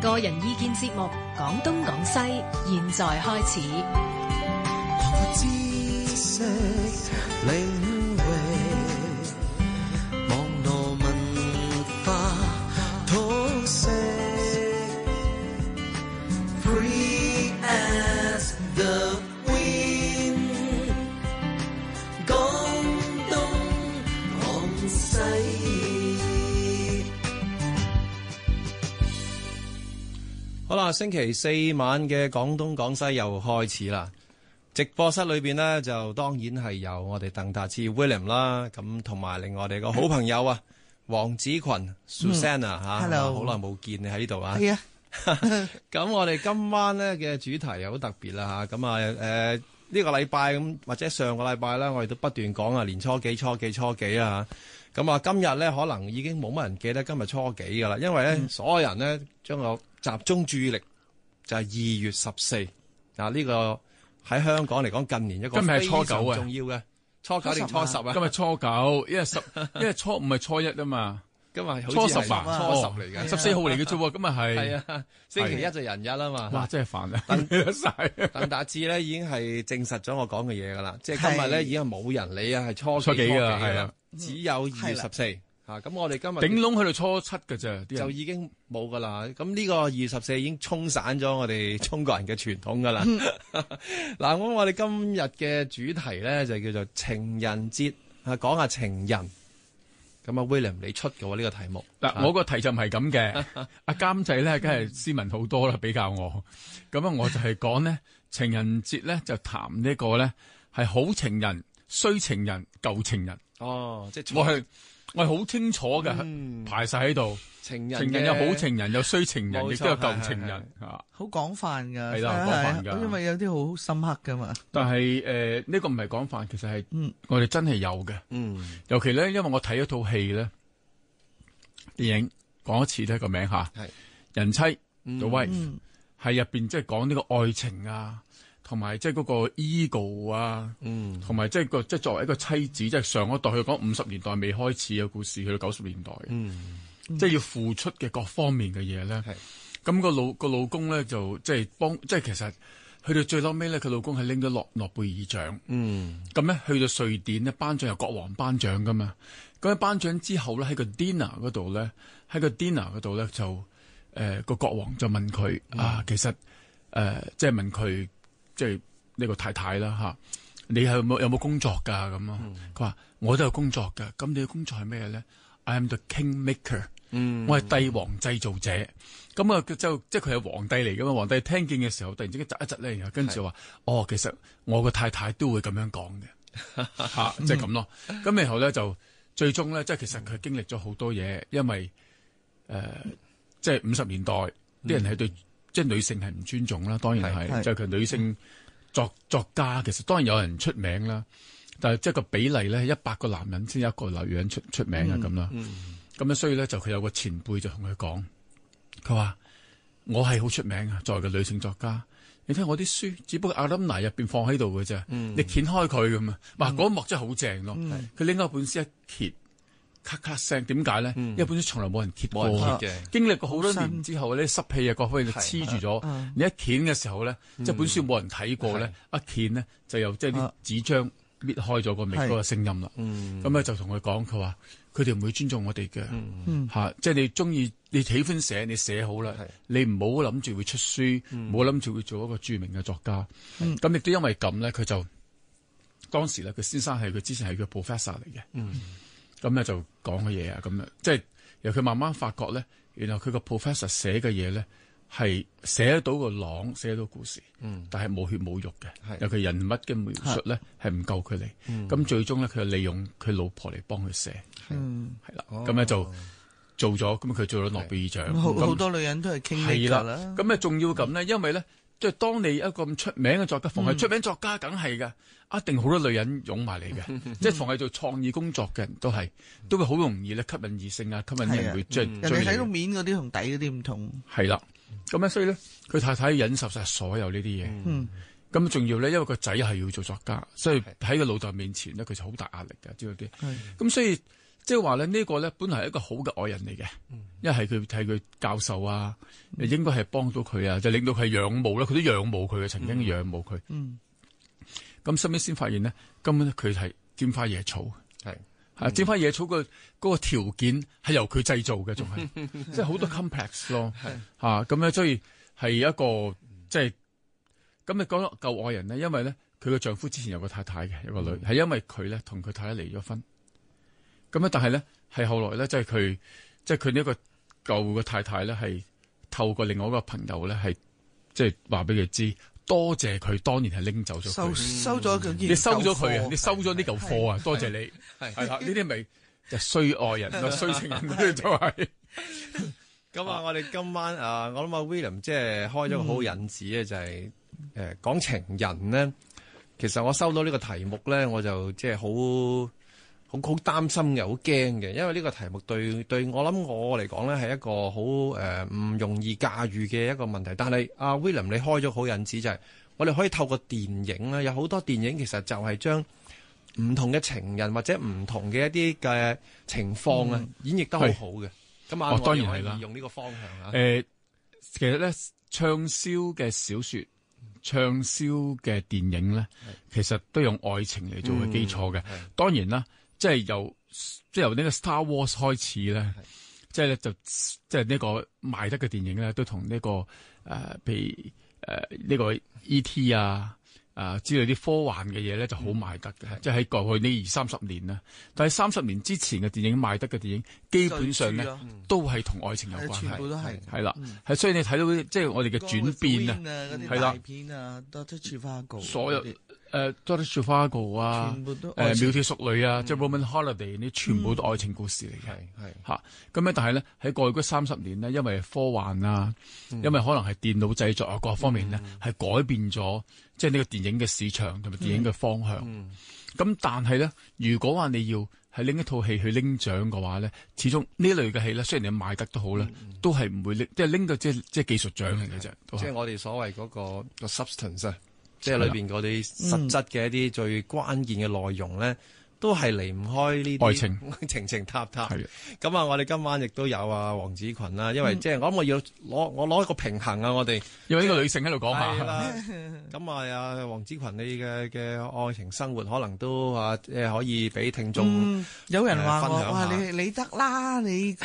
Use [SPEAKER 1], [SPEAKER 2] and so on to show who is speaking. [SPEAKER 1] 個人意見節目《講東講西》，現在開始。
[SPEAKER 2] 我知識領域，網絡文化通識，free as the wind。講東講西，
[SPEAKER 3] 好啦，星期四晚嘅廣東廣西又開始啦。直播室裏邊呢，就當然係由我哋鄧達志 William 啦，咁同埋另外我哋個好朋友 啊，黃子群 Susanna 嚇
[SPEAKER 4] 嗯 Hello
[SPEAKER 3] 好耐冇見你喺呢度啊。
[SPEAKER 4] 係啊，
[SPEAKER 3] 咁我哋今晚咧嘅主題又好特別啦嚇，咁啊誒呢個禮拜咁或者上個禮拜啦，我哋都不斷講啊年初幾、初幾、初幾啦嚇，咁啊今日咧可能已經冇乜人記得今日初幾噶啦，因為咧、所有人咧將個集中注意力就係二月十四啊呢個喺香港嚟講近年一個
[SPEAKER 5] 今日係
[SPEAKER 3] 非
[SPEAKER 5] 初
[SPEAKER 3] 常
[SPEAKER 5] 九啊
[SPEAKER 3] 重要嘅初九定初十啊，
[SPEAKER 5] 今日初九，因 為十，因為初五係初一啊嘛，
[SPEAKER 3] 今日好
[SPEAKER 5] 初
[SPEAKER 3] 似
[SPEAKER 5] 十
[SPEAKER 3] 係
[SPEAKER 5] 啊，
[SPEAKER 3] 初十嚟
[SPEAKER 5] 十
[SPEAKER 3] 嘅，
[SPEAKER 5] 四號嚟嘅 啫喎，今日
[SPEAKER 3] 係
[SPEAKER 5] 係，
[SPEAKER 3] 啊，星期一就人日啦嘛，
[SPEAKER 5] 哇， 真係煩啊，記得晒，
[SPEAKER 3] 鄧達志咧已經係證實咗我講嘅嘢㗎啦，即係今日咧
[SPEAKER 4] 係
[SPEAKER 3] 已經係冇人理啊，係初
[SPEAKER 5] 初幾
[SPEAKER 3] 幾
[SPEAKER 5] 㗎
[SPEAKER 3] 啦，
[SPEAKER 5] 係啊，
[SPEAKER 3] 只有二月
[SPEAKER 4] 係
[SPEAKER 3] 十
[SPEAKER 4] 啦
[SPEAKER 3] 四嚇，咁我哋今
[SPEAKER 5] 頂
[SPEAKER 3] 日
[SPEAKER 5] 籠去到初七嘅咋，啲
[SPEAKER 3] 就
[SPEAKER 5] 人
[SPEAKER 3] 已經冇㗎啦。咁呢個二月十四已經沖散咗我
[SPEAKER 5] 嗯
[SPEAKER 3] 哋中國人嘅傳統㗎啦。 嗱，咁我哋今日嘅主題咧就叫做情人節啊，講下情人。咁啊，William 你出嘅喎呢個題目
[SPEAKER 5] 嗱，我個題就唔係咁嘅， 阿監製咧梗係斯文好多啦，比較我，咁啊，我就係講呢，情人節咧就談呢個咧係好情人、衰情人、舊情人，
[SPEAKER 3] 哦，即係
[SPEAKER 5] 我係我係好清楚嘅，
[SPEAKER 3] 嗯
[SPEAKER 5] 排晒喺度，
[SPEAKER 3] 情人
[SPEAKER 5] 情人有好情人，有衰情人，
[SPEAKER 3] 冇
[SPEAKER 5] 亦
[SPEAKER 3] 錯
[SPEAKER 5] 都有
[SPEAKER 3] 係
[SPEAKER 5] 舊
[SPEAKER 3] 係
[SPEAKER 5] 情
[SPEAKER 3] 係
[SPEAKER 5] 人啊。
[SPEAKER 4] 好廣泛㗎，
[SPEAKER 5] 係
[SPEAKER 4] 真
[SPEAKER 5] 啦好廣泛㗎
[SPEAKER 4] 因為有啲好深刻㗎嘛。
[SPEAKER 5] 但係誒呢個唔係講法，其實係
[SPEAKER 4] 嗯
[SPEAKER 5] 我哋真係有嘅。
[SPEAKER 3] 嗯
[SPEAKER 5] 尤其咧，因為我睇一套戲咧，電影講一次咧個名嚇，
[SPEAKER 3] 係
[SPEAKER 5] 人妻 The Wife
[SPEAKER 4] 嗯，
[SPEAKER 5] 係入邊即係講呢個愛情啊，同埋即係嗰個 ego 啊，
[SPEAKER 3] 嗯
[SPEAKER 5] 同埋即係個即係作為一個妻子，即係上一代佢講五十年代未開始嘅故事，去到九十年代嘅，
[SPEAKER 3] 嗯
[SPEAKER 5] 即係要付出嘅各方面嘅嘢咧
[SPEAKER 3] 係。
[SPEAKER 5] 咁個老個老公咧就即係幫，即係其實去到最嬲尾咧，佢老公係拎咗諾諾貝爾獎。
[SPEAKER 3] 嗯
[SPEAKER 5] 咁咧去到瑞典咧，頒獎由國王頒獎噶嘛。咁喺頒獎之後咧，喺個 dinner 嗰度咧，喺個 dinner 嗰度咧就誒個、國王就問佢、啊，其實誒、呃即係問佢即係呢個太太啦嚇、你係有冇有冇工作㗎咁啊？佢話、我都有工作㗎，咁你嘅工作係咩咧？I am the king maker。
[SPEAKER 3] 嗯
[SPEAKER 5] 我係帝王製造者，咁啊佢就即係佢係皇帝嚟噶嘛，皇帝聽見嘅時候突然之間窒一窒咧，然後跟住話：哦，其實我個太太都會咁樣講嘅，嚇，即係咁咯。咁然後咧就最終咧，即係其實佢經歷咗好多嘢，因為誒、呃即係五十年代啲人係對即係女性係唔尊重啦，當然
[SPEAKER 4] 係
[SPEAKER 5] 係，
[SPEAKER 4] 係
[SPEAKER 5] 就係佢女性作作家，其實當然有人出名啦。但係即係個比例咧，一百個男人先有一個女人出出名啊咁啦。咁咧，所以咧就佢有個前輩就同佢講，佢話我係好出名啊，作為個女性作家。你睇我啲書，只不過 alumni 入邊放喺度嘅啫，
[SPEAKER 3] 嗯
[SPEAKER 5] 你掀開佢咁啊，哇！嗰一幕真係好正咯。佢拎開本書一揭，咔咔聲，點解咧？因為本書從來冇人揭過
[SPEAKER 3] 嗯冇人
[SPEAKER 5] 啊
[SPEAKER 3] 揭嘅
[SPEAKER 5] 經歷過好多年之後咧，濕氣啊各方面就黐住咗。你一掀嘅時候咧，即係本書冇人睇過咧，一掀咧就有即係啲
[SPEAKER 4] 啊
[SPEAKER 5] 紙張搣開咗個明嗰個聲音啦。咁咧就同佢講，佢話佢哋唔會尊重我哋嘅嚇，即係你中意你喜歡寫，你寫好啦
[SPEAKER 3] 係，
[SPEAKER 5] 你唔好諗住會出書，唔好諗住會做一個著名嘅作家。咁亦都因為咁咧，佢就當時咧，佢先生係佢之前係佢 professor 嚟嘅，咁咧就講嘅嘢啊，咁樣即係由佢慢慢發覺咧，原來佢個 professor 寫嘅嘢咧。係寫得到個朗，寫得到故事，
[SPEAKER 4] 嗯
[SPEAKER 5] 但係冇血冇肉嘅
[SPEAKER 3] 係，
[SPEAKER 5] 尤其人物嘅描述咧係唔夠佢哋。咁最終咧，佢就利用佢老婆嚟幫佢寫，
[SPEAKER 4] 嗯，
[SPEAKER 5] 係啦，咁咧就做咗，咁佢做咗諾貝爾獎，
[SPEAKER 4] 好
[SPEAKER 5] 咁
[SPEAKER 4] 哦好多女人都係傾呢
[SPEAKER 5] 係
[SPEAKER 4] 㗎
[SPEAKER 5] 啦
[SPEAKER 4] 啦，。
[SPEAKER 5] 咁咧啊仲要咁咧，因為咧，即係當你一個咁出名嘅作
[SPEAKER 4] 嗯
[SPEAKER 5] 家，逢係出名作家，梗係噶，一定好多女人擁埋 你嘅，即係逢係做創意工作嘅人都係，都會好容易咧吸引異性啊，吸引啲
[SPEAKER 4] 係
[SPEAKER 5] 人
[SPEAKER 4] 啊
[SPEAKER 5] 會追
[SPEAKER 4] 人
[SPEAKER 5] 追
[SPEAKER 4] 哋睇到
[SPEAKER 5] 你。
[SPEAKER 4] 面嗰啲同底嗰啲唔同。
[SPEAKER 5] 係啦，咁咧所以咧，佢太太忍受晒所有呢啲嘢。
[SPEAKER 4] 嗯，
[SPEAKER 5] 咁仲要咧，因為個仔係要做作家，所以喺個老豆面前咧，佢就好大壓力嘅，知道啲。咁所以即係話咧呢個咧本來係一個好嘅愛人嚟嘅，一係佢睇佢教授啊，應該係幫到佢啊，就令到佢仰慕啦，佢都仰慕佢嘅，曾經仰慕佢。
[SPEAKER 4] 嗯，
[SPEAKER 5] 咁身邊先發現呢，根本佢係沾花惹草。
[SPEAKER 3] 係
[SPEAKER 5] 啊！沾花野草個嗰個條件係由佢製造嘅，仲係即係好多 complex 咯。嚇咁咧，所以係一個即係咁你講到舊愛人咧，因為咧佢個丈夫之前有個太太嘅，有個女，係因為佢咧同佢太太離咗婚。咁啊咧，但係咧係後來咧，即係佢即係佢呢個舊嘅太太咧，係透過另外一個朋友咧，係即係話俾佢知，多謝佢當年係拎走咗
[SPEAKER 4] 收
[SPEAKER 5] 佢。
[SPEAKER 4] 收咗佢，
[SPEAKER 5] 你收咗佢啊！你收咗呢嚿貨啊！多謝你，
[SPEAKER 3] 係
[SPEAKER 5] 係啦，呢啲咪就衰愛人 咯，衰情人嗰啲就係
[SPEAKER 3] 咁啊，我哋今晚啊，我諗啊 William 即係開咗個好引子啊咧，就係
[SPEAKER 5] 嗯
[SPEAKER 3] 誒講情人咧。其實我收到呢個題目咧，我就即係好好好擔心嘅，好驚嘅，因為呢個題目對對我諗我嚟講咧係一個好誒唔容易駕馭嘅一個問題。但係阿、William 你開咗好引子就係、我哋可以透過電影咧，有好多電影其實就係將唔同嘅情人或者唔同嘅一啲嘅情況啊，演繹得好好嘅。咁啊，
[SPEAKER 5] 嗯
[SPEAKER 3] 我
[SPEAKER 5] 哦
[SPEAKER 3] 哋
[SPEAKER 5] 當然係啦
[SPEAKER 3] 可以用呢個方向啊。
[SPEAKER 5] 誒。其實咧，暢銷嘅小說、暢銷嘅電影咧，其實都用愛情嚟做嘅基礎嘅。
[SPEAKER 4] 嗯
[SPEAKER 5] 當然啦，即係由即係由呢個 Star Wars 開始咧，即係咧就即係呢個賣得嘅電影咧，都同呢、個誒、呃譬如誒呢、個 E.T. 啊。啊！之類啲科幻嘅嘢咧就好
[SPEAKER 4] 嗯
[SPEAKER 5] 賣得嘅，即係喺過去呢二三十年啦。但係三十年之前嘅電影賣得嘅電影，基本上咧
[SPEAKER 4] 最豬咯
[SPEAKER 5] 都係同愛情有關
[SPEAKER 4] 係
[SPEAKER 5] 係
[SPEAKER 4] 全。部都係
[SPEAKER 5] 係啦，係所以你睇到即係我哋嘅轉變啊，
[SPEAKER 4] 啊，嗰
[SPEAKER 5] 係
[SPEAKER 4] 啲
[SPEAKER 5] 啦
[SPEAKER 4] 大片啊，Doctor Chivago，
[SPEAKER 5] 所有誒 Doctor Zhivago 啊，
[SPEAKER 4] 全部都愛
[SPEAKER 5] 誒
[SPEAKER 4] 情
[SPEAKER 5] 窈窕淑女啊，即係 Roman Holiday 呢，全部都愛情故事嚟嘅。
[SPEAKER 3] 係
[SPEAKER 5] 嚇咁咧，但係咧喺過去嗰三十年呢，因為科幻啊，因為可能係電腦製作啊各方面呢，係改變咗即係呢個電影嘅市場同埋電影嘅方向。咁但係咧，如果話你要係拎一套戲去拎獎嘅話咧，始終呢類嘅戲咧，雖然你賣得都好啦，都係唔會拎，即係拎到即係即係技術獎嚟嘅啫。都係
[SPEAKER 3] 即係我哋所謂嗰個個 substance 啊，即係裏邊嗰啲實質嘅一啲最關鍵嘅內容咧，都係離唔開呢啲
[SPEAKER 5] 愛情
[SPEAKER 3] 情情塔塔。
[SPEAKER 5] 係啊
[SPEAKER 3] 咁啊，我哋今晚亦都有啊黃子群啦，因為
[SPEAKER 5] 嗯
[SPEAKER 3] 即係我諗我要攞我攞一個平衡啊，我哋
[SPEAKER 5] 因為呢個女性喺度講
[SPEAKER 3] 係
[SPEAKER 5] 下，
[SPEAKER 3] 啦。 咁啊，啊黃子群你嘅嘅愛情生活可能都啊，即係可以俾聽眾。
[SPEAKER 4] 嗯，有人話
[SPEAKER 3] 誒分享
[SPEAKER 4] 我，哇！
[SPEAKER 3] 下
[SPEAKER 4] 你你得啦，你